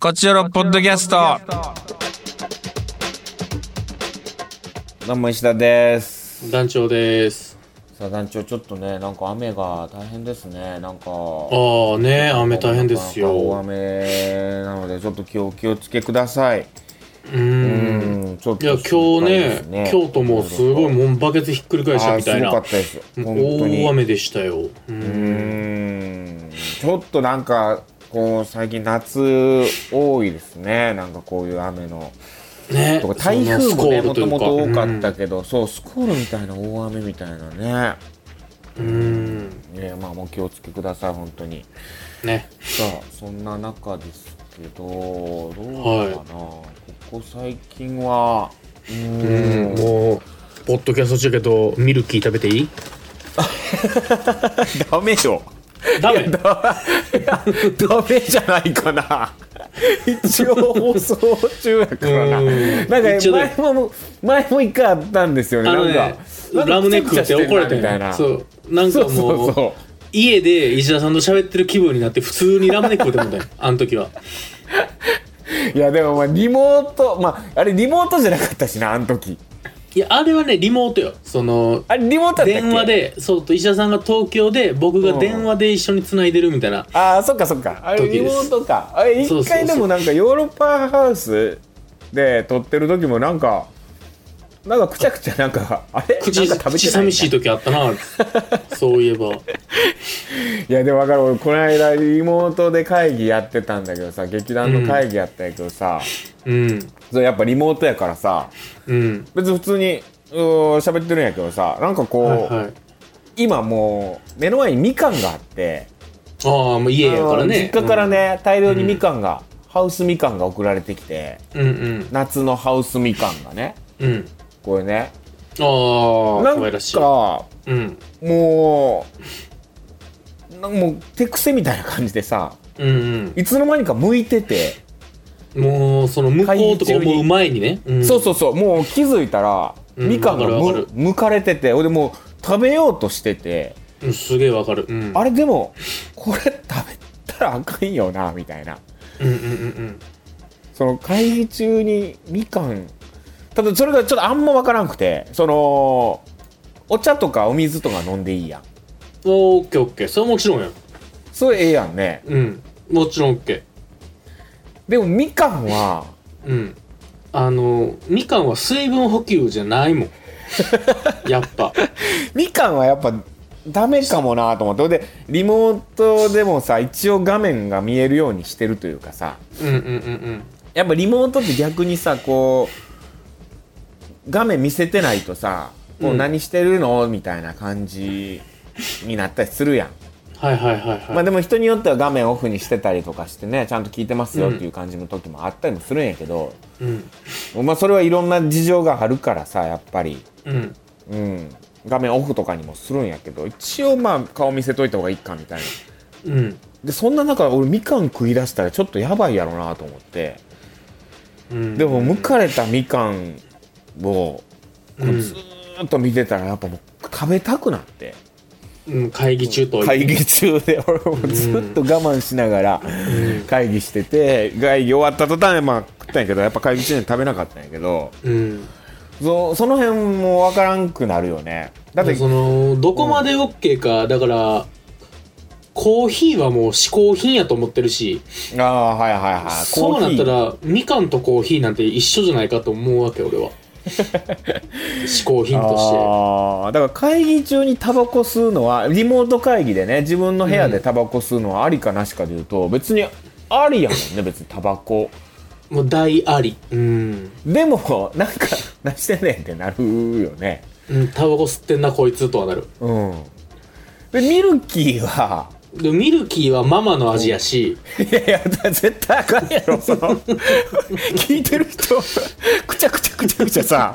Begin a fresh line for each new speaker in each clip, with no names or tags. こちらのポッドキャスト。
どうも石田です。
団長です。
さあ団長ちょっとねなんか雨が大変ですねなんか。
ああね、雨大変です
なんか大
よ。
雨なのでちょっと気をお気をつけください。
う。
うんんちょっ
いや、
と
今日
心配です
ね、京都もすごいもんバケツひっくり返したみたい
あーす
な。
ごかったです本当に
大雨でしたよ。う。
うんんちょっとなんかこう最近夏多いですねなんかこういう雨の。
ね
とか。台風もねも
そのスコールとい
と
うか
もと多かったけど、そうスコールみたいな大雨みたいなね。
うんうん。
ねまあもう気をつけください本当に。
ね。
さあそんな中ですけどどうかな、ここ最近はうーん
うんもう、ポッドキャスト中だけど、ミルキー食べ ていい
ダメよ
ダメ
ダメ じゃないかな一応放送中やからなな
う
ん
ん
か
一応ね
前も前も一回あったんですよね
あの
なん
ね
か、
ラムネ食って怒られ
みた
た
いな
よ。そう。なん
そ
か
うそう
もう、
そ
家で石田さんと喋ってる気分になって、普通にラムネ食うてもんだよ。あの時は。
ういやでもまあリモートまああれリモートじゃなかったしなあの時
いや、あれはね、リモートよ。その、
あれリモートだったっけ
電話でそうと石田さんが東京で僕が電話で一緒につないでるみたいな、
ああそっかそっかあれ
時
リ
で
モ
す
ートかあれ
そう
一
そうそ
回
う
でもなんかヨーロッパハウスで撮ってる時もなんかなんかくちゃくちゃなんかあれ
口
なんか
口寂しい時あっ たなそういえば
いやでも分かる俺この間リモートで会議やってたんだけどさ劇団の会議やったんやけどさ、
うん
それやっぱリモートやからさ
うん
別に普通にうー喋ってるんやけどさなんかこう、
はいはい
今もう目の前にみかんがあって
ああもう家やか
あ
らね
の実家からね、大量にみかんが、ハウスみかんが送られてきて
うんうん
夏のハウスみかんがね
うん、うん、
これね
ああ
なん
可愛らしい
か
うん
もうなんかもう手癖みたいな感じでさ
うん
いつの間にか向いてて、
うん、もうその向こうとか思う前にね、うん、
そうそうそうもう気づいたら、
うん
みかんが
わかるわ
む
か
向かれてて俺もう食べようとしてて、
うんすげえわかる、うん、
あ
れ
れでもこれ食べたらあかんよなみたいな
うんうんうん
その会議中にみかんただそれがちょっとあんまわからんくてそのお茶とかお水とか飲んでいいやん
うんおーオッケーオッケーそれはもちろんや
それええやんね
うんもちろんオッケー
でもみかんは
うん。あの、みかんは水分補給じゃな いもん。やっぱ。
みかんはやっぱダメかもなと思ってほんでリモートでもさ一応画面が見えるようにしてるというかさ
うんうんうん
やっぱリモートって逆にさこう画面見せてないとさ「もう
うん
何してるの?」みたいな感じになったりするやん、
うん。はいはいはいはい。
まあでも人によっては画面オフにしてたりとかしてねちゃんと聞いてますよっていう感じの時もあったりもするんやけど、
うん。
まあそれはいろんな事情があるからさやっぱり。
うん。
うん、画面オフとかにもするんやけど一応まあ顔見せといた方がいいかみたいな
うん。
でそんな中俺みかん食い出したらちょっとやばいやろなと思って
うん、
でもむかれたみかんを
う
ずーっと見てたらやっぱもう食べたくなって
ん、うん、会議中とはいえ
会議中で俺もずっと我慢しながら会議してて会議終わった途端まあ食ったんやけどやっぱ会議中に食べなかったんやけど
うん、
そその辺もわからんくなるよねだって
そのどこまで OK か、だからコーヒーはもう嗜好品やと思ってるし
ああはいはいはい
そうな
コーヒ
っ
ー
たらみかんとコーヒーなんて一緒じゃないかと思うわけ 俺は嗜好品として
あーだから会議中にタバコ吸うのはリモート会議でね自分の部屋でタバコ吸うのはありかなしかで言うと、別にありやもんね別にタバコ
もう大ありうん
でもなん か何してんねんってなるよね
うん、タバコ吸ってんなこいつとはなる
うんでミルキーは
でもミルキーはママの味やし、
いやいや絶対あかんやろその聞いてる人くちゃくちゃくちゃくちゃさ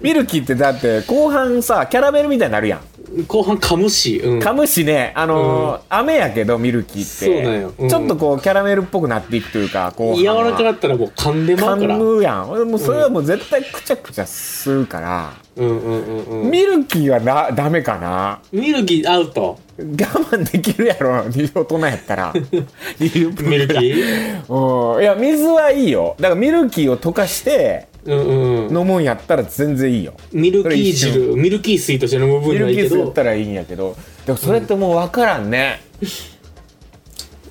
ミルキーってだって後半さキャラメルみたいになるやん
後半噛むし、うん、
噛むしね、あのー飴やけどミルキーって
そうなんようん
ちょっとこうキャラメルっぽくなっていくというかこう
柔らかなったらもう噛んでまうから
噛むやん俺もうそれはもう絶対くちゃくちゃするから、
うんうんうんうん
ミルキーはなダメかな
ミルキーアウト
我慢できるやろ大人やった ら20分
ミルキー
うんいや水はいいよだからミルキーを溶かして
うんうんうん
飲むんやったら全然いいよ
ミルキー汁ミルキー水として飲む
ミ
分に
ル
はいい
キー
け
水やっ
ど
たらいいんやけどでもそれってもう分からんね、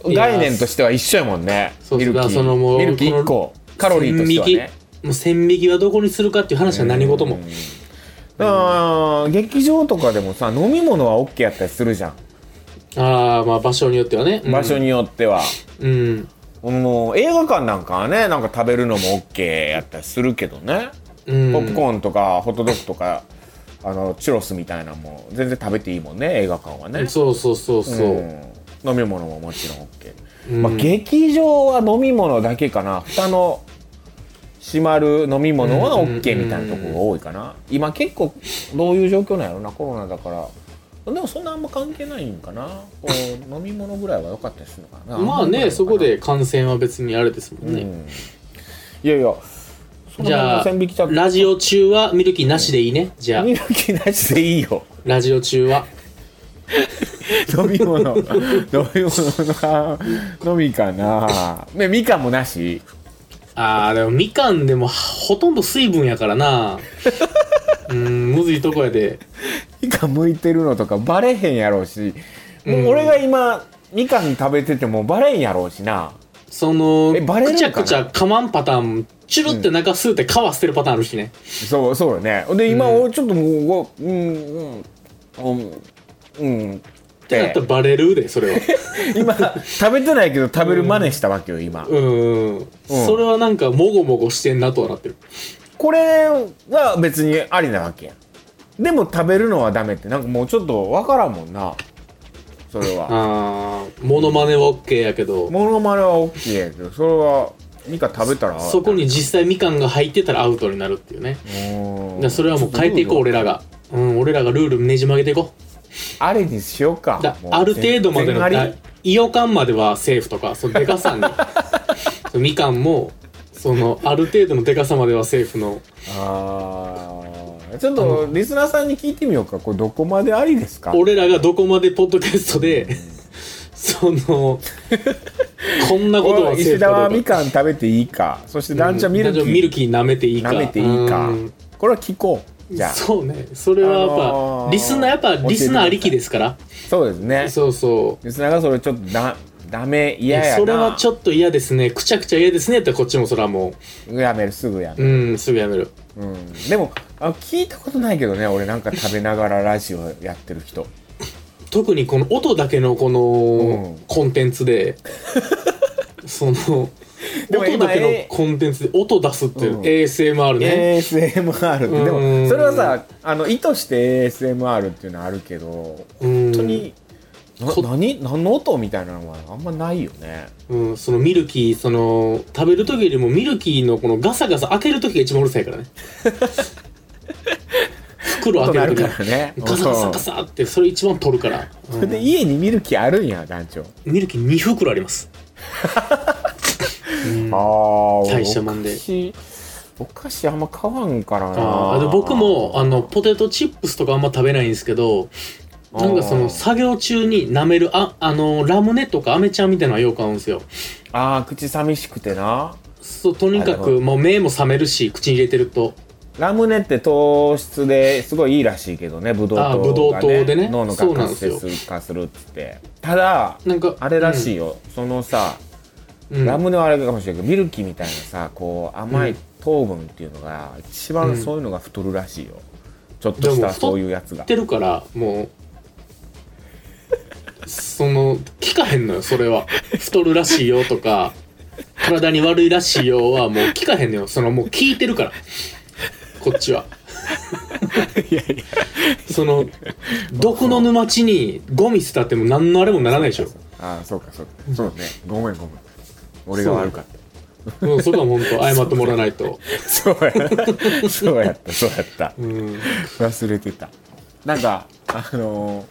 いやー
概念としては一緒やもんね
そうそう
ミルキ
だからそのも
ー
う
ミルキー1個カロリーとしてはね
線引きもう線引きはどこにするかっていう話は何事も
だから劇場とかでもさ飲み物は OK やったりするじゃ
ああまあ場所によってはね
ん場所によっては、
うん
もう映画館なんかはねなんか食べるのも OK やったりするけどね、
うん
ポップコーンとかホットドッグとかあのチュロスみたいなのも全然食べていいもんね映画館はね
そうそうそうそう、
うん飲み物ももちろん OK、
うん
まあ、劇場は飲み物だけかな蓋の閉まる飲み物は OK みたいなところが多いかな今結構どういう状況なんやろなコロナだからでもそんなあんま関係ないんかなこう飲み物ぐらいは良かったりするのかな
まあねそこで感染は別にあれですもん
う
ね、
んいやいやその辺の線引きちゃう
ラジオ中はミルキーなしでいいねじゃ あ
ミルキーなしでいいよ
ラジオ中は
飲み物 飲み物の飲みかなねみかんもなし
ああでもみかんでもほとんど水分やからな うんむずいとこやで
みかん剥いてるのとかバレへんやろうしもう俺が今みかん食べててもバレんやろうしな
その
えバレる
く
ん
ち
か
ゃ
な
くちゃかまんパターンチュルって中吸うて皮捨てるパターンあるしね、
そうそうよねで今俺ちょっともううんうんうんうんっ
ってな
て
ったらバレるでそれ は
今食べてないけど食べる真似したわけよ今
うん、それはなんかもごもごしてんなとはなってる
これは別にありなわけやんでも食べるのはダメってなんかもうちょっとわからんもんなそれは
ああモノマネは OK やけど
モノマネは OK やけどそれはミカ食べたら
そこに実際みかんが入ってたらアウトになるっていうねだからそれはもう変えていこう俺らがうん俺らがルールねじ曲げていこ
あれにしようか
うだ
もう
ある程度ま
全
で
然
の
あり
だイオカンまではセーフとかそのデカさに そのみかんもそのある程度のデカさまではセーフの
あーちょっとリスナーさんに聞いてみようかこれどこまでありですか
俺らがどこまでポッドキャストでそのこんなことはセー
石
フ
田
かどうか
はみかん食べていいかそして団長ミルキ
うんミル
ー
キー舐めていいか
舐めていいか
うん
これは聞こうじゃあ
そうねそれはやっぱ、
あのー
リスナーやっぱリスナーありきですから
そうですね
そうそう
リスナーがそれちょっとだダメ嫌やな
それはちょっと嫌ですねくちゃくちゃ嫌ですねってこっちもそれはも
やめるすぐやめ
う
る、
うんすぐやめる
うん、でもあ聞いたことないけどね俺なんか食べながらラジオやってる人
特にこの音だけのこ
うん
のコンテン ツで、その
でも
音
今
だけのコンテンツで音出すってい
う
う、
ん
ASMR ね、
ASMR ってで
う
も
ん
それはさあの意図して ASMR っていうのはあるけど
う
本
ん
当に、な
こ
何何の音みたいなのはあんまないよね
うん、そのミルキーその食べる時よりもミルキーのこのガサガサ開ける時が一番うるさ いからね袋
音
開
な
け
る
る時
からね
ガサガサガサってそれ一番取るから、
うんで家にミルキーあるんや団長、
ミルキー2袋あ ります
ああ
大したもんで
お菓子お菓子あんま買わんからな
あーで僕もあのポテトチップスとかあんま食べないんですけどなんかそ
あー
の作業中に舐めるああのラムネとかアメちゃんみたいなのはよく買うんですよ
ああ口寂しくてな
そうとにか
あなるほ
くもう目も覚めるし口に入れてると
ラムネって糖質ですごいいいらしいけどねブドウ糖が、
あ
ね、
ーブドウ糖でね
脳の
そうなん
活
ですよ
性化するっつってただ
なんか
あれらしい
い、
よ、そのさ
うん
ラムネはあれかもしれないけど、ミルキーみたいなさこう甘い糖分っていうのが一番そういうのが太るらしいよ、ちょっとし
でも
た
太っ
そういうやつが
やってるからもうその聞かへんのよそれは太るらしいよとか体に悪いらしいよはもう聞かへんのよそのもう聞いてるからこっちはその毒の沼地にゴミ捨てたっても何のあれもならないでしょ
ああそうかそうかそうねごめんごめん俺が悪かった
うんそこは本当謝ってもらわないと
そうやそうやったそうやった
うん
忘れてたなんかあのー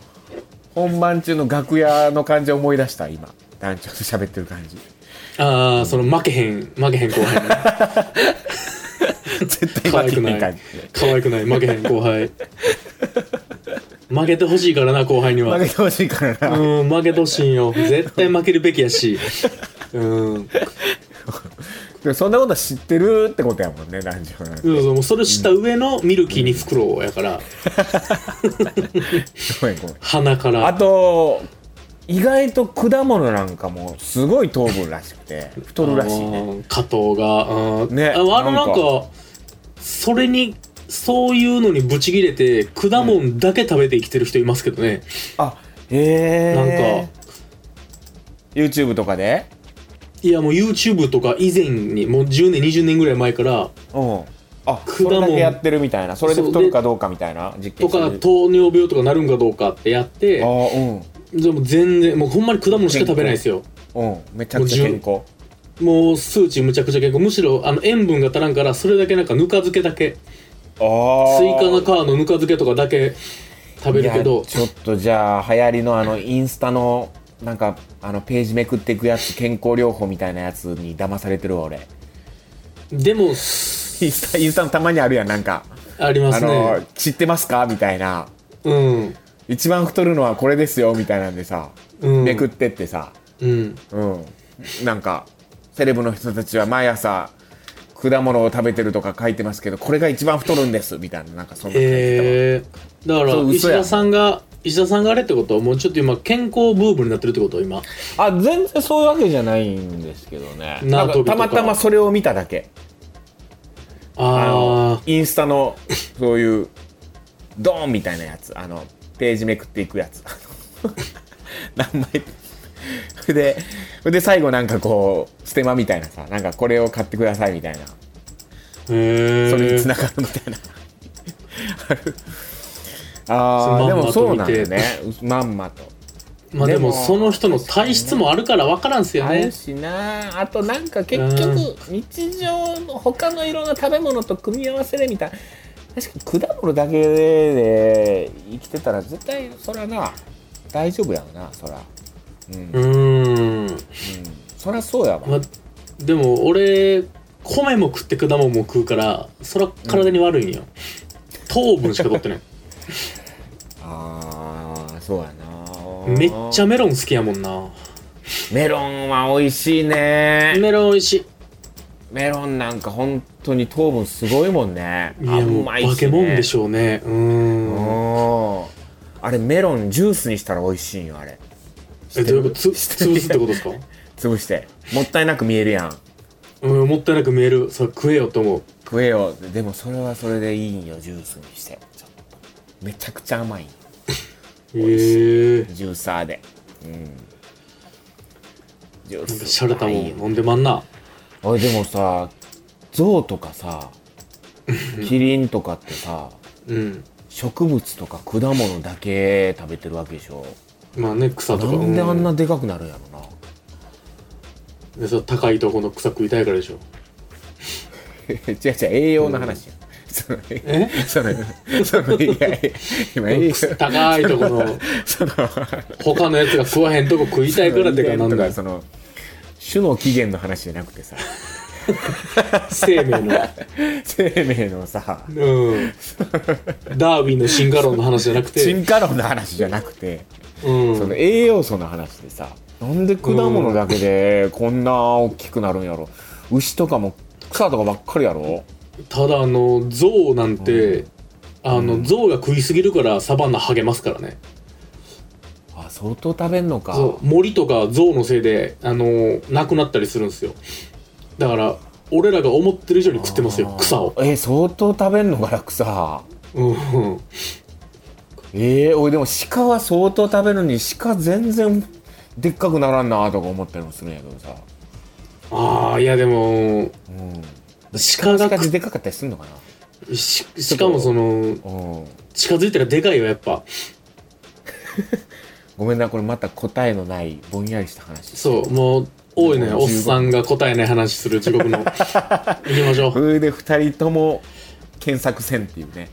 本番中の楽屋の感じ思い出した今団長と喋ってる感 じ
ああその負けへん負けへん後輩ね
絶対
可愛
負け
くな
へん
い
感じ
可愛くない負けへん後輩負けてほしいからな後輩には
負けてほしいからな、
うん負けてほしいんよ絶対負けるべきやしうん
でもそんなこと知ってるってことやもんね団長なんて
そうそうもうそれをした上のミルキーにフクロウやから
ごめんごめん
鼻か
あ
ら
と意外と果物なんかもすごい糖分らしくて太るらしいね
うん加藤がうん
ね
ああのなん
なん
かそれにそういうのにブチ切れて果物だけ食べて生きてる人いますけどね、
あへえ
なんか
YouTube とかで
いやもう YouTube とか以前にもう10年20年ぐらい前から
うんあそれだけやってるみたいなそれで太るかどうかみたいな実験
と
して
か
る
糖尿病とかなるんかどうかってやって
あー
でも全然もうほんまに果物しか食べないですよ
うんうんめちゃくちゃ健康
もう数値むちゃくちゃ結構むしろあの塩分が足らんからそれだけなんかぬか漬けだけ
ああ
スイカの皮のぬか漬けとかだけ食べるけ
い
ど
やちょっとじゃあ流行りのあのインスタのなんかあのページめくっていくやつ健康療法みたいなやつに騙されてるわ俺
でも
インスタインスタのたまにあるやんなんか
ありま
あ
す
の
ね
知ってますかみたいな
うん
一番太るのはこれですよみたいなんでさ、
うん
めくってってさ
うん
うんなんかセレブの人たちは毎朝果物を食べてるとか書いてますけどこれが一番太るんですみたいななんかそんな感じで
えー、だか
そう
ら石
嘘やん
田さんが石田さんがあれってことはもうちょっと今健康ブームになってるってこと今
あ全然そういうわけじゃないんですけどね
縄
な
跳
ん
び
か
と
た
か
またまそれを見ただけあ
あ
のインスタのそういうドーンみたいなやつあのページめくっていくやつあ の何枚それでそれで最後なんかこうステマみたいなさなんかこれを買ってくださいみたいな
ーへえ
それにつながるみたいな あるあーでも
そ
そ
のま
うん
ま
なん
と見て
だよねまんまと
まあで
で
も
も
その人の体質もあるから分からんすよ
ある
ね
しなあとなんか結
う
局日常の他のいろんな食べ物と組み合わせでみたいな確かに果物だけで生きてたら絶対そらな大丈夫やろなそらうん、
う
うん、
ーん
そらそうやわ、
まあでも俺米も食って果物も食うからそれは体に悪いんよ、糖分しか取ってない
あーそうやな
めっちゃメロン好きやもんな
メロンは美味しいね
メロン美味しい
メロンなんか本当に糖分すごいもんね。
いやもう化け物でし
ょ。
ょうねうー
うんん。あれメロンジュースにしたら美味しいんよあれ。
えどういうことつ
知ってる
潰すってことですか
潰して。もったいなく見えるやん。
うんもったいなく見えるそれ食えよと思う
食えよ。でもそれはそれでいいんよジュースにして。ちょっとめちゃくちゃ甘いんよ
へえ
ジューサーで。うん。ジュー
なんか
ス。
シャレたもん
いいよ
飲んでまんな
あれでもさ、象とか さ、キリンとかってさ、
うん
植物とか果物だけ食べてるわけでしょ。
まあね草とか
なんであん
う
なでかくなるんやろな、
でその高いとこの草食いたいからでしょ
違う違う栄養の話や、その
え
そのそのいやいや今栄養
高いとこの
その
他のやつが食わへんとこ食いたいからでかなんだよ
その種の起源の話じゃなくてさ
生命の
生命のさ
うんダーウィンの進化論の話じゃな くて、
進化論の話じゃなくて、
うん、
その栄養素の話でさなんで果物だけでこんな大きくなるんやろ牛とかも草とかばっかりやろ
ただあの象なんて、あの象が食いすぎるからサバンナ励ますからね
あ相当食べんのか
そう森とか象のせいであのなくなったりするんですよだから俺らが思ってる以上に食ってますよ草を、
え相当食べんのかな草
うんうん、
ええ俺でも鹿は相当食べるのに鹿全然でっかくならんなとか思ったりもするんやけどさ、
ああいやでも
うん、
鹿が
鹿
食
で
っ
でかかったりするのか
ししかもその
な、うん、
近づいたらでかいよやっぱ
ごめんなこれまた答えのないぼんやりした話
そうもう多いね
もう
おっさんが答えない話 する地獄の行きましょう
それで2人とも検索せんっていうね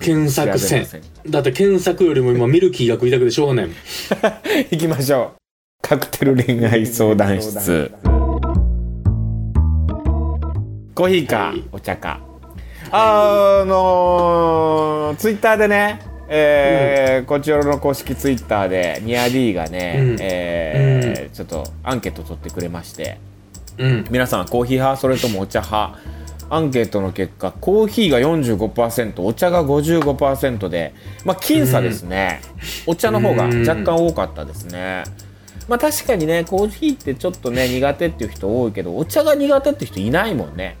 検索せん
調べま
だって検索よりも今ミルキーが食いたくてしょうがないもん
せん 行きましょうカクテル恋愛相談室コーヒーか、
はい
お茶かあのツイッターでねえーこちらの公式ツイッターでニア D がね、
うん
えーちょっとアンケート取ってくれまして
うん
皆さんコーヒー派それともお茶派アンケートの結果コーヒーが45%お茶が55%でまあ僅差ですね、お茶の方が
うん
若干多かったですね、まあ確かにねコーヒーってちょっとね苦手っていう人多いけどお茶が苦手っていう人いないもんね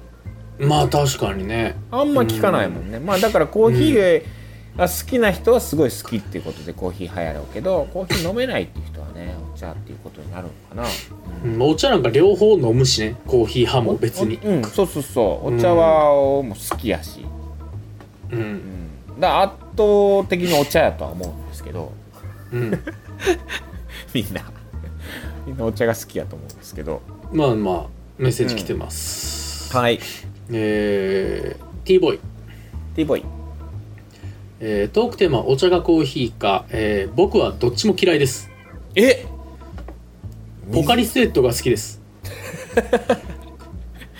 まあ確かにね
あんま聞かないもんね、まあだからコーヒーが好きな人はすごい好きっていうことでコーヒー派やろうけどコーヒー飲めないっていう人はねお茶っていうことになるのかな
うんお茶なんか両方飲むしねコーヒー派も別に
うんそうそうそうお茶はもう好きやし、
うん
だから圧倒的にお茶やとは思うんですけ ど
うん
みんなみんなお茶が好きやと思うんですけど
まあまあメッセージ来てます、
はい
えー、T ボーイ
T ボーイ
えートークテーマ「お茶がコーヒーか」えー僕はどっちも嫌いです
え
ポカリスエットが好きです、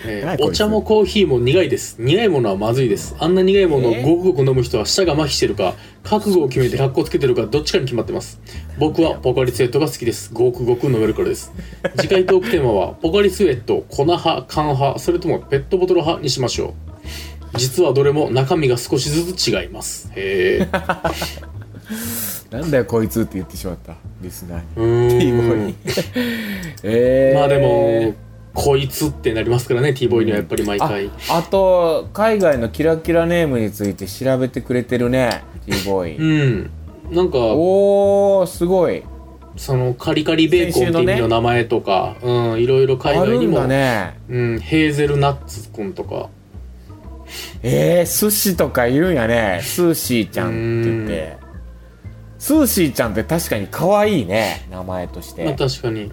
えー
何こいつ
お茶もコーヒーも苦いです苦いものはまずいですあんな苦いものを
え
ごくごく飲む人は舌が麻痺してるか覚悟を決めて格好つけてるかどっちかに決まってます僕はポカリスエットが好きですごくごく飲めるからです次回トークテーマはポカリスエット粉派缶派それともペットボトル派にしましょう実はどれも中身が少しずつ違いますへえ
なんだよこいつって言ってしまったリスナーに
うーん
T ボーイえー
まあでも、こいつってなりますからね、T ボーイにはやっぱり毎
あ
回。
あと海外のキラキラネームについて調べてくれてるね T ボー
う
イ
ん。なんか、
おおすごい
そのカリカリベーコンっていう意味の名前とか、うん、いろいろ海
あ
外
る
に
ん
も、
だね
うん、ヘーゼルナッツくんとか、
えー、寿司とかいるんやねスーシーちゃんって言ってスーシーちゃんって確かに可愛いね名前として、
まあ確かに、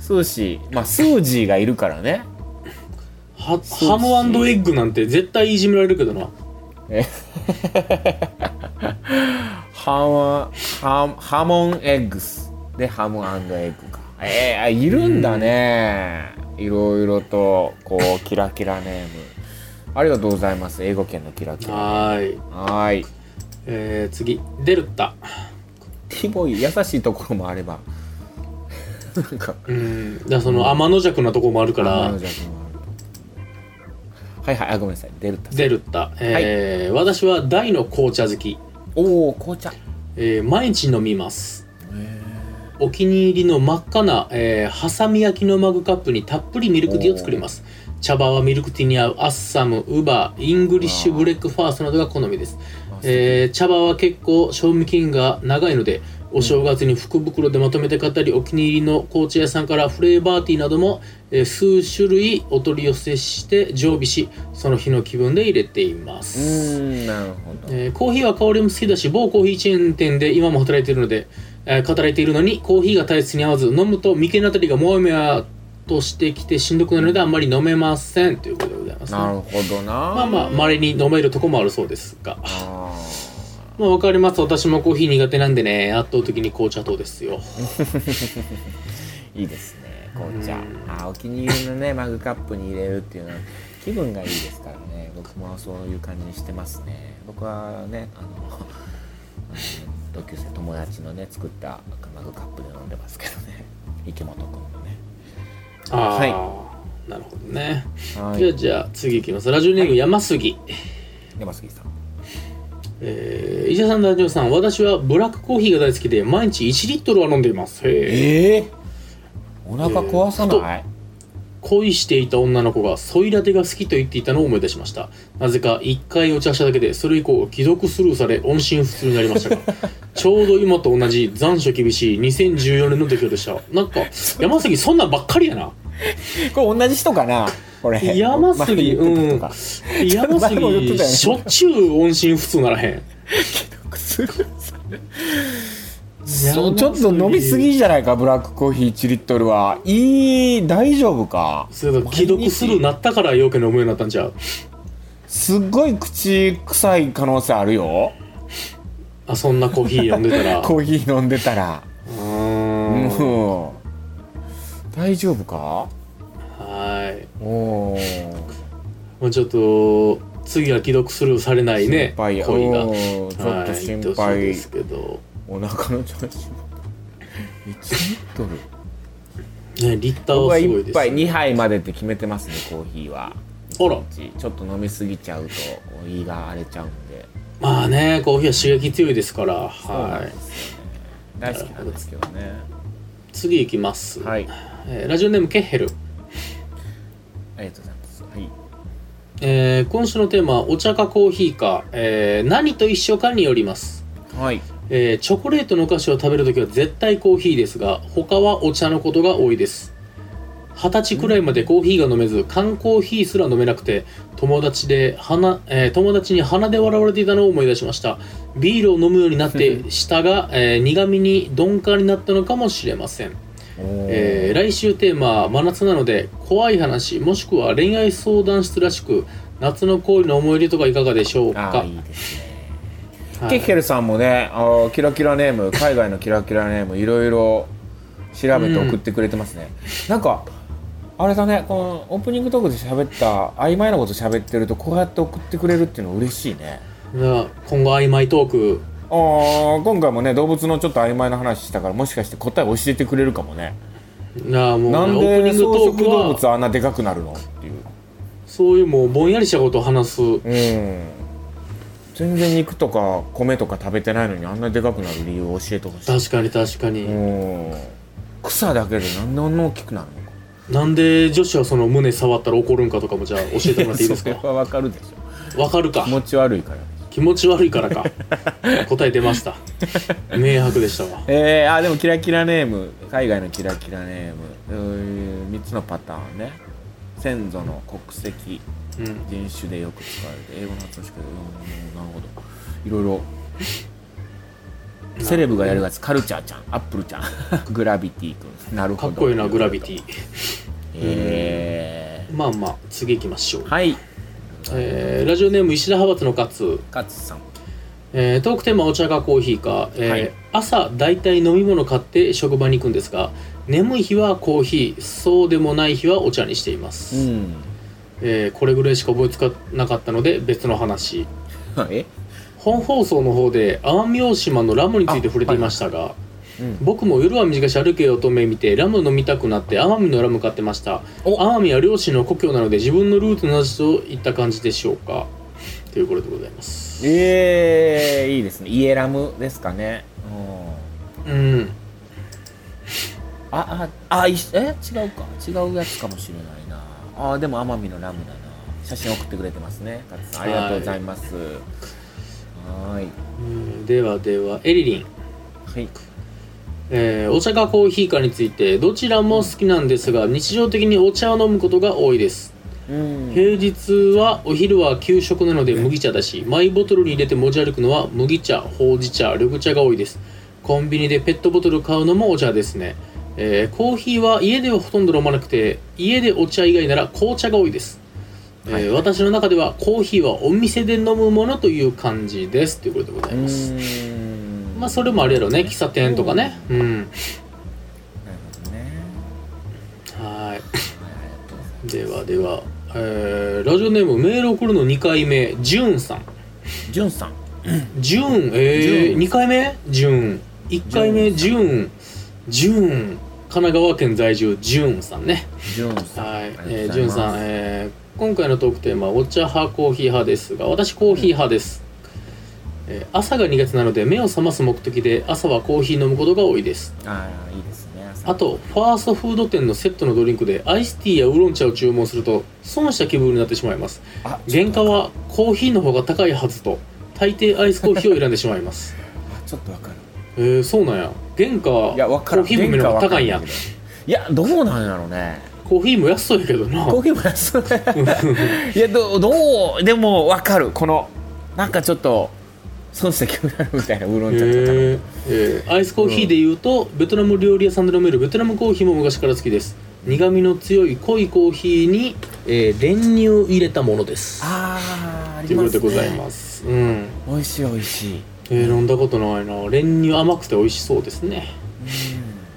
スーシーまあスージーがいるからね
は
そう
ハムエッグなんて絶対いじめられるけどな。
ハーモンハーハモンエッグスでハムエッグかえー、あいるんだねいろいろとこうキラキラネームありがとうございます英語圏のキラキラは
はーい。
ーい
えー、次、デルタ。
ティボイ優しいところもあればなんか
うん。だからその天の弱なとこもあるから、
はいはいあごめんなさいデルタ
デルタ。えー私は大の紅茶好き。
おお紅茶
えー毎日飲みますお気に入りの真っ赤な、えー、ハサミ焼きのマグカップにたっぷりミルクティーを作ります茶葉はミルクティーに合うアッサムウバーイングリッシュブレックファーストなどが好みです、えー茶葉は結構賞味期限が長いのでお正月に福袋でまとめて買ったり、お気に入りの紅茶屋さんからフレーバーティーなども、えー数種類お取り寄せして常備しその日の気分で入れています
うーんなるほど
えーコーヒーは香りも好きだし某コーヒーチェーン店で今も働いているので、えー働いているのにコーヒーが体質に合わず飲むと眉間のあたりがもやもやとしてきてしんどくなるのであんまり飲めませんということでございます、ね、
なるほどな
まあまあまれに飲めるとこもあるそうですが
あ
まあわかります私もコーヒー苦手なんでね圧倒的に紅茶糖ですよ
ーいいですね紅茶あーお気に入りのねマグカップに入れるっていうのは気分がいいですからね僕もそういう感じにしてますね僕はねあのあの同級生友達のね作ったマグカップで飲んでますけどね池本君のね
ああ、
はい
なるほどね、
は
じゃあ
い
じゃあ次いきますラジオネーム山杉、
山杉さん
えー、石田さん大丈夫さん私はブラックコーヒーが大好きで毎日1リットルは飲んでいますへえ
ええお腹壊さない、
恋していた女の子がソイラテが好きと言っていたのを思い出しましたなぜか1回お茶しただけでそれ以降既読スルーされ音信不通になりましたが ちょうど今と同じ残暑厳しい2014年の出来事でしたなん か山崎そんなんばっかりやな
これ同じ人かなこれ
山
前
杉
言ってた
う
人
ん
か
山
前も言って
杉
たよね
しょっちゅう音信不通ならへん
そうちょっと飲みすぎじゃないかブラックコーヒー1リットルはいい大丈夫か
それだ既読スルーなったから余計に思うようになったんちゃう
すっごい口臭い可能性あるよ
あそんなコーヒー飲んでたら
コーヒー飲んでたら
うーん
もう大丈夫か
はい
おお
もうちょっと次は既読スルーされないね
心配や
恋が
おーちょっと心配
はい、ですけど、
お腹の調子1リットル
ね、リッター
僕
は
は
すごい
1
です、
杯
ね、
2杯までって決めてますねコーヒーは
あら
一日ちょっと飲みすぎちゃうと胃が荒れちゃうんで
まあねコーヒーは刺激強いですから
そうなん
は
で
い
すよね大好きなんですけどね
次いきます、
はい
えーラジオネームケッヘル、
ありがとうございますはい
えー今週のテーマはお茶かコーヒーか、えー何と一緒かによります
はい
えーチョコレートのお菓子を食べるときは絶対コーヒーですが他はお茶のことが多いです二十歳くらいまでコーヒーが飲めず缶コーヒーすら飲めなくて友達で鼻、えー友達に鼻で笑われていたのを思い出しましたビールを飲むようになっ て舌が、えー苦味に鈍感になったのかもしれません、
おー
えー来週テーマは真夏なので怖い話もしくは恋愛相談室らしく夏の恋の思い出とかいかがでしょう
あ
か
ーいいですね
はい
ケッヘルさんもねあーキラキラネー ム海外のキラキラネームいろいろ調べて送ってくれてますね、なんかあれだねこのオープニングトークで喋った曖昧なこと喋ってるとこうやって送ってくれるっていうの嬉しいね
な今後曖昧トーク
あー今回もね動物のちょっと曖昧な話したからもしかして答え教えてくれるかもね
なあもうね
なん
オープ
で
ニング
草
ト
食
ーク
動物
は
あんなでかくなるのっていう
そういうもうぼんやりしたことを話す
うん全然肉とか米とか食べてないのにあんなでかくなる理由を教えてほしい
確かに確かに、
うん草だけでなんであんな大きくなるのか
なんで女子はその胸触ったら怒るんかとかもじゃあ教えてもらっていいで す
それ
か
はわかるでし
わかる
ょ
か
気持ち悪いから
気持ち悪い からか答え出ました明白でしたわ
えー、あでもキラキラネーム海外のキラキラネームうー3つのパターンね先祖の国籍
うん
人種でよく使われて英語の発音しかうんなるほどいろいろセレブがやるやつカルチャーちゃんアップルち ゃんグラビティ君なるほ
か
ど
っこいいなグラビ
ィ
ティ
え
まあまあ次行きましょう
ー、、はい
えーラジオネーム石田派閥の勝
勝さん
えートークテーマはお茶かコーヒーか、えー
はい
朝だいたい飲み物買って職場に行くんですが眠い日はコーヒーそうでもない日はお茶にしています、
ん
えーこれぐらいしか覚えつかなかったので別の話
え
本放送の方で奄美大島のラムについて触れていましたが、
うん
僕も夜は短し歩けよ乙女見てラム飲みたくなって奄美のラム買ってました
お
奄美は両親の故郷なので自分のルーツの味といった感じでしょうかということでございます
ええいいですねイエラムですかねうん
うん
あああいえ違うか違うやつかもしれないなあーでも奄美のラムだな写真送ってくれてますね勝さんありがとうございますはーい
うんではではエリリン
はい
えーお茶かコーヒーかについてどちらも好きなんですが日常的にお茶を飲むことが多いです
うん
平日はお昼は給食なので麦茶だしマイボトルに入れて持ち歩くのは麦茶ほうじ茶緑茶が多いですコンビニでペットボトル買うのもお茶ですね、えーコーヒーは家ではほとんど飲まなくて家でお茶以外なら紅茶が多いです、えー
はい
私の中ではコーヒーはお店で飲むものという感じですということでござ
う
います
ーん
まあそれもあるやろね喫茶店とかねうん
なるほどねはいありがとうございま
はいではでは、えーラジオネームメール送るの2回目ジュンさん
すじゅんさん
ジュンえ
ジュ
ー、
ン
2回目ジュン1回目ジュンジュン神奈川県在住ジュンさんね
じゅんさん
はい、
あり
えー、
が
ジ
と
ュ
う
ン
ござい
さん
ま、す
えー今回のトークテーマはお茶派コーヒー派ですが私コーヒー派です、えー朝が苦手なので目を覚ます目的で朝はコーヒー飲むことが多いです
ああいいですね
あとファーストフード店のセットのドリンクでアイスティーやウーロン茶を注文すると損した気分になってしまいます
あちょ
原価はコーヒーの方が高いはずと大抵アイスコーヒーを選んでしまいます
あちょっとわかる
えー、そうなんや原価コ
いやわか
ー
る
ヒー
原
も
価わか
高
る
いん
け
や
どいやどうなんやろうね
コーヒーも安そうやけどな
コーヒーも安い いやどどうでも分かるこのなんかちょっと損した気分になるみたいなウーロ
え
ン茶とか、
ーえーアイスコーヒーでいうと、ベトナム料理屋さんで飲めるベトナムコーヒーも昔から好きです苦味の強い濃いコーヒーに、えー練乳入れたものです
あ
ということでございます。うん。
美味しい美味しい
えー飲んだことないな。練乳甘くて美味しそうですね。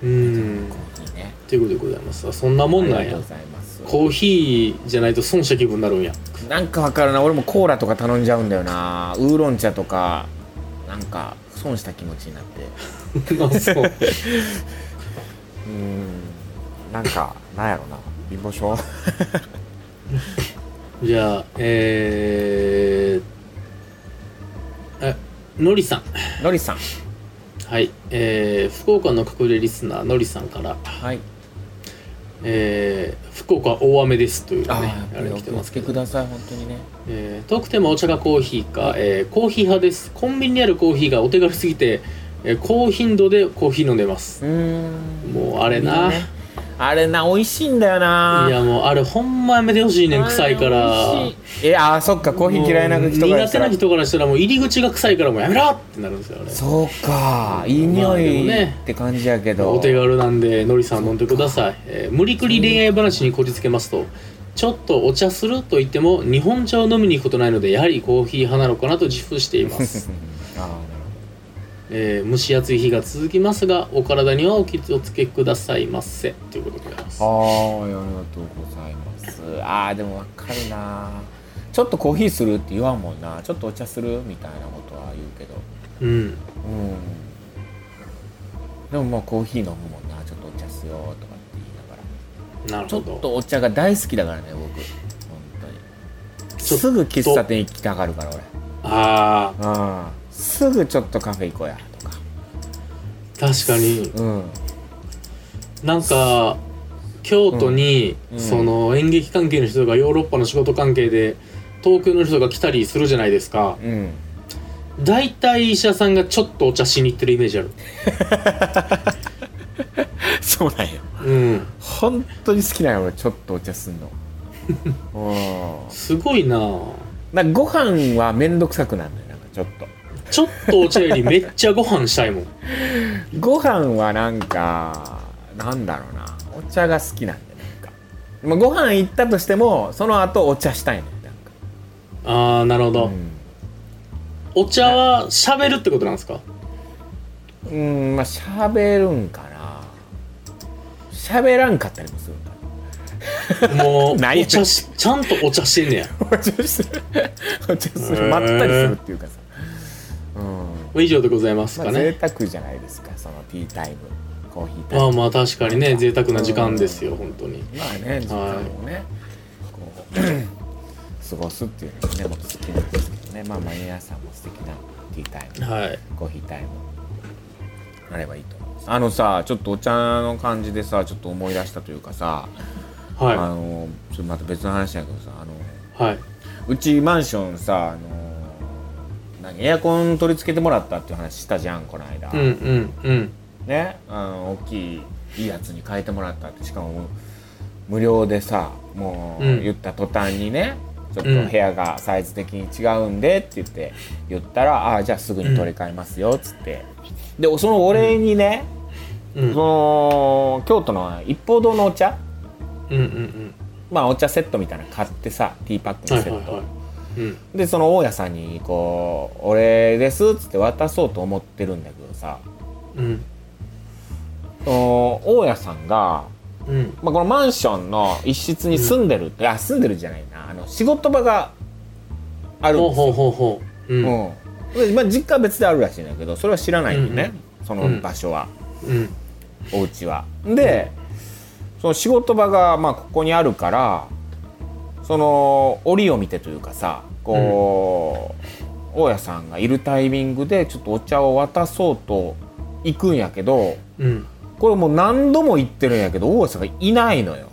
うん
コ。ーヒーね
ということでございます。あそんなもんな
あ
ん
りがと
や
うご。ざいます
コーヒーじゃないと損した気分になる んや。
なんかわかるな俺もコーラとか頼んじゃうんだよなウーロン茶とかなんか損した気持ちになって
あそう。
うんなんかなんやろな貧乏症
じゃあ、えー、あ、のりさん。
のりさん
はい。えー、福岡の隠れリスナー、のりさんから、
はい
えー、福岡大雨ですというね、
あ
あ
あやっぱ
れ
りお
来て
気を
ま
つ
すけ
け
ど
ください本当にね
えー遠くてもお茶かコーヒーか、えーコーヒー派ですコンビニにあるコーヒーがお手軽すぎて、えー高頻度でコーヒー飲んでます
うーん
もうあれな、
いいねあれな美味しいんだよない
やもうあれほんまやめてほしいねん臭いから
あー美味しいえあーそっかコーヒー嫌いな人
もう
が
苦手な人からしたらもう入り口が臭いからもうやめろってなるんですよあれ
そうかいい
ま
匂
あでも
いっ
ね
て感じやけど、
お手軽なんでのりさん飲んでください、えー無理くり恋愛話にこじつけますとちょっとお茶すると言っても日本茶を飲みに行くことないのでやはりコーヒー派なのかなと自負しています
あーなる
えー蒸し暑い日が続きますがお体にはお気をつけくださいませということでございます
ほどあーありがとうございますあーでもわかるなちょっとコーヒーするって言わんもんなちょっとお茶するみたいなことは言うけど
うん
うんでもまあコーヒー飲むもんなちょっとお茶すよとかって言いながら
なる
ちょ
ほ
っ
ど
とお茶が大好きだからね僕本当に
ちょっと
すぐ喫茶店行きたがるから
あ
俺うんすぐちょっとカフェ行こうやとか
ー確かに
うん
なんか京都に、
うん
その演劇関係の人がヨーロッパの仕事関係で東京の人が来たりするじゃないですか
うん
大体医者さんがちょっとお茶しに行ってるイメージある
そうなんよ
うん
本当に好きなんよ俺ちょっとお茶すん のう
すごいなん
なんかご飯はめんどくさくなるのよなんかちょっと
ちょっとお茶よりめっちゃご飯したいもん
ご飯はなんかなんだろうなお茶が好きなんでなんか、まあ、ご飯行ったとしてもその後お茶したいのよなんか
ああなるほど、
うん
お茶は喋るってことなんですか
うんまあ喋るんかな喋らん かったりもするんか
もう
ないや
お茶しちゃんとお茶してんねや
なお茶するお茶す
へ
る
ー
まったりするっていうかさうん
以上でございます
ま
か
あ
ね
贅沢じゃないですかそのティータイムコーヒータイ
ま
ム
あまあ確かにね贅沢な時間ですよ本当に
まあね時間をねこう 過ごすっていうのがねもっと好きなんですけどねまあまあ皆さんも素敵なティータイム
はい
コーヒータイムあればいいと思いますあのさちょっとお茶の感じでさちょっと思い出したというかさあ
は
のちょっとまた別の話やけどさあの
いはいう
ちマンションさあの何エアコン取り付けてもらったっていう話したじゃんこの間、
うんうんうん
ねあの大きいいいやつに変えてもらったってしかも無料でさもう
うん
言った途端にね、ちょっ
うん
と部屋がサイズ的に違うんでって言って言ったら、ああじゃあすぐに取り替えますよっつって、でそのお礼にね、
うんうん
その京都の一方堂のお茶
うんうん
まあお茶セットみたいなの買ってさティーパック
は
の
い
セ
はい
ット、
はいうん
でその大家さんにこう「俺です」っつって渡そうと思ってるんだけどさ
うん
その大家さんが、
うん
まあ、このマンションの一室に住んでるって、あ住んでるじゃないなあの仕事場があるん
ほう
ですよ
ほうほうほうう
う
ん
んでまあ、実家は別であるらしいんだけどそれは知らないよね、その
うん
場所は、
うん
お家は。で、その仕事場がまあここにあるからその折を見てというかさこう、大家さんがいるタイミングでちょっとお茶を渡そうと行くんやけど
うん
これもう何度も行ってるんやけど大家さんがいないのよ。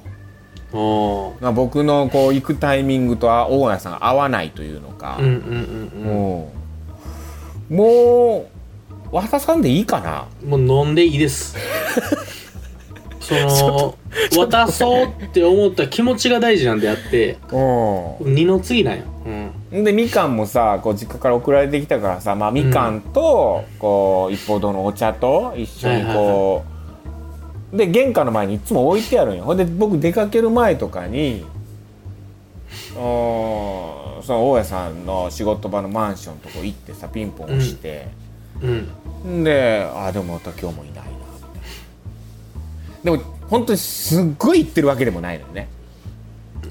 あー
まあ僕のこう行くタイミングとは大家さんが合わないというのか
うん、うんうん
もうもう渡さんでいいかな
うんもう飲んでいいです その渡そうって思った気持ちが大事なんであって
うん
二の次なんやうん
でみかんもさこう実家から送られてきたからさ、まあ、みかんと、こう一方堂のお茶と一緒にこう、で玄関の前にいつも置いてあるんよほんで僕出かける前とかにあーその大家さんの仕事場のマンションとこ行ってさピンポン押して、
うん
んであでもまた今日もいないなでも本当にすっごい行ってるわけでもないのよね、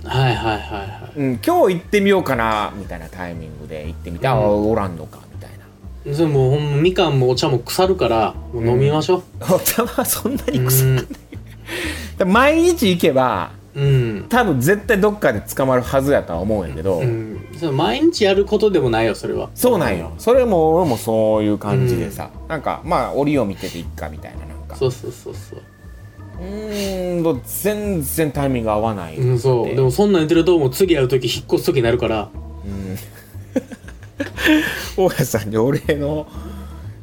はいはいはいは
うん、今日行ってみようかなみたいなタイミングで行ってみた、あおらんのかみたいない
それもうほんまみかんもお茶も腐るからもう飲みましょ
お茶はそんな
う
に
う
臭い
ん、
毎日行けば
うん
多分絶対どっかで捕まるはずやとは思うんやけど、
うん、それ毎日やることでもないよそれは
そうなんよそれも俺もそういう感じでさ、なんかまあ折を見てていっかみたいななんか
そうそうそうそう
うーんと全然タイミング合わない、う
うんん、そう。でもそんなん言ってると、もう次会うとき引っ越すときになるから。
大家さんにお礼の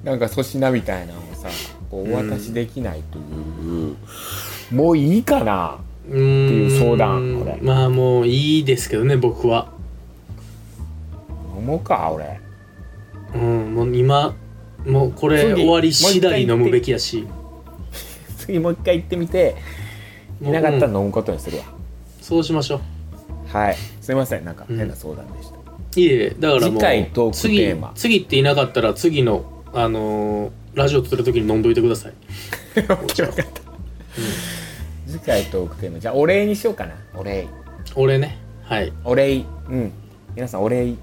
なんか粗品みたいなのをさこうお渡しできないという、もういいかな
うーん。
っていう相談これ
まあもういいですけどね、僕は。
飲もうか俺
うん、もう今、もうこれ
次
終わり次第飲むべきやし。
次もう一回行ってみてい
もう
なかった
うん
ら飲むことにするわ、
そうしましょう。
はいすいませんなんか変な相談でした、
いえいえ、だからもう、
次回トーク
次
テーマ
次っていなかったら、次の、あのーラジオ撮るときに飲んどいてください。
次回トークテーマじゃあお礼にしようかなお礼
俺ね。はい。
お礼うん皆さんお礼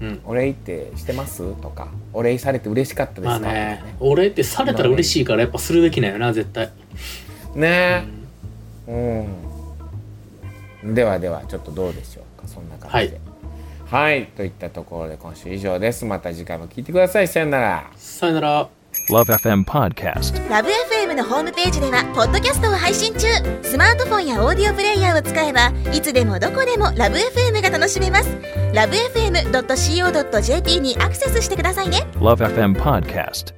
うん。
お礼ってしてますとかお礼されて嬉しかったです
ま
か
あね、俺ってされたら嬉しいから、やっぱするべきなんよな、絶対。
ねえうんではではちょっとどうでしょうかそんな感じではい、といったところで今週以上ですまた次回も聞いてくださいさよなら
さよなら。
Love FM Podcast.
ラブ f m のホームページではポッドキャストを配信中スマートフォンやオーディオプレイヤーを使えばいつでもどこでもラブ f m が楽しめますラブ FM.co.jp にアクセスしてくださいね
Love FM Podcast.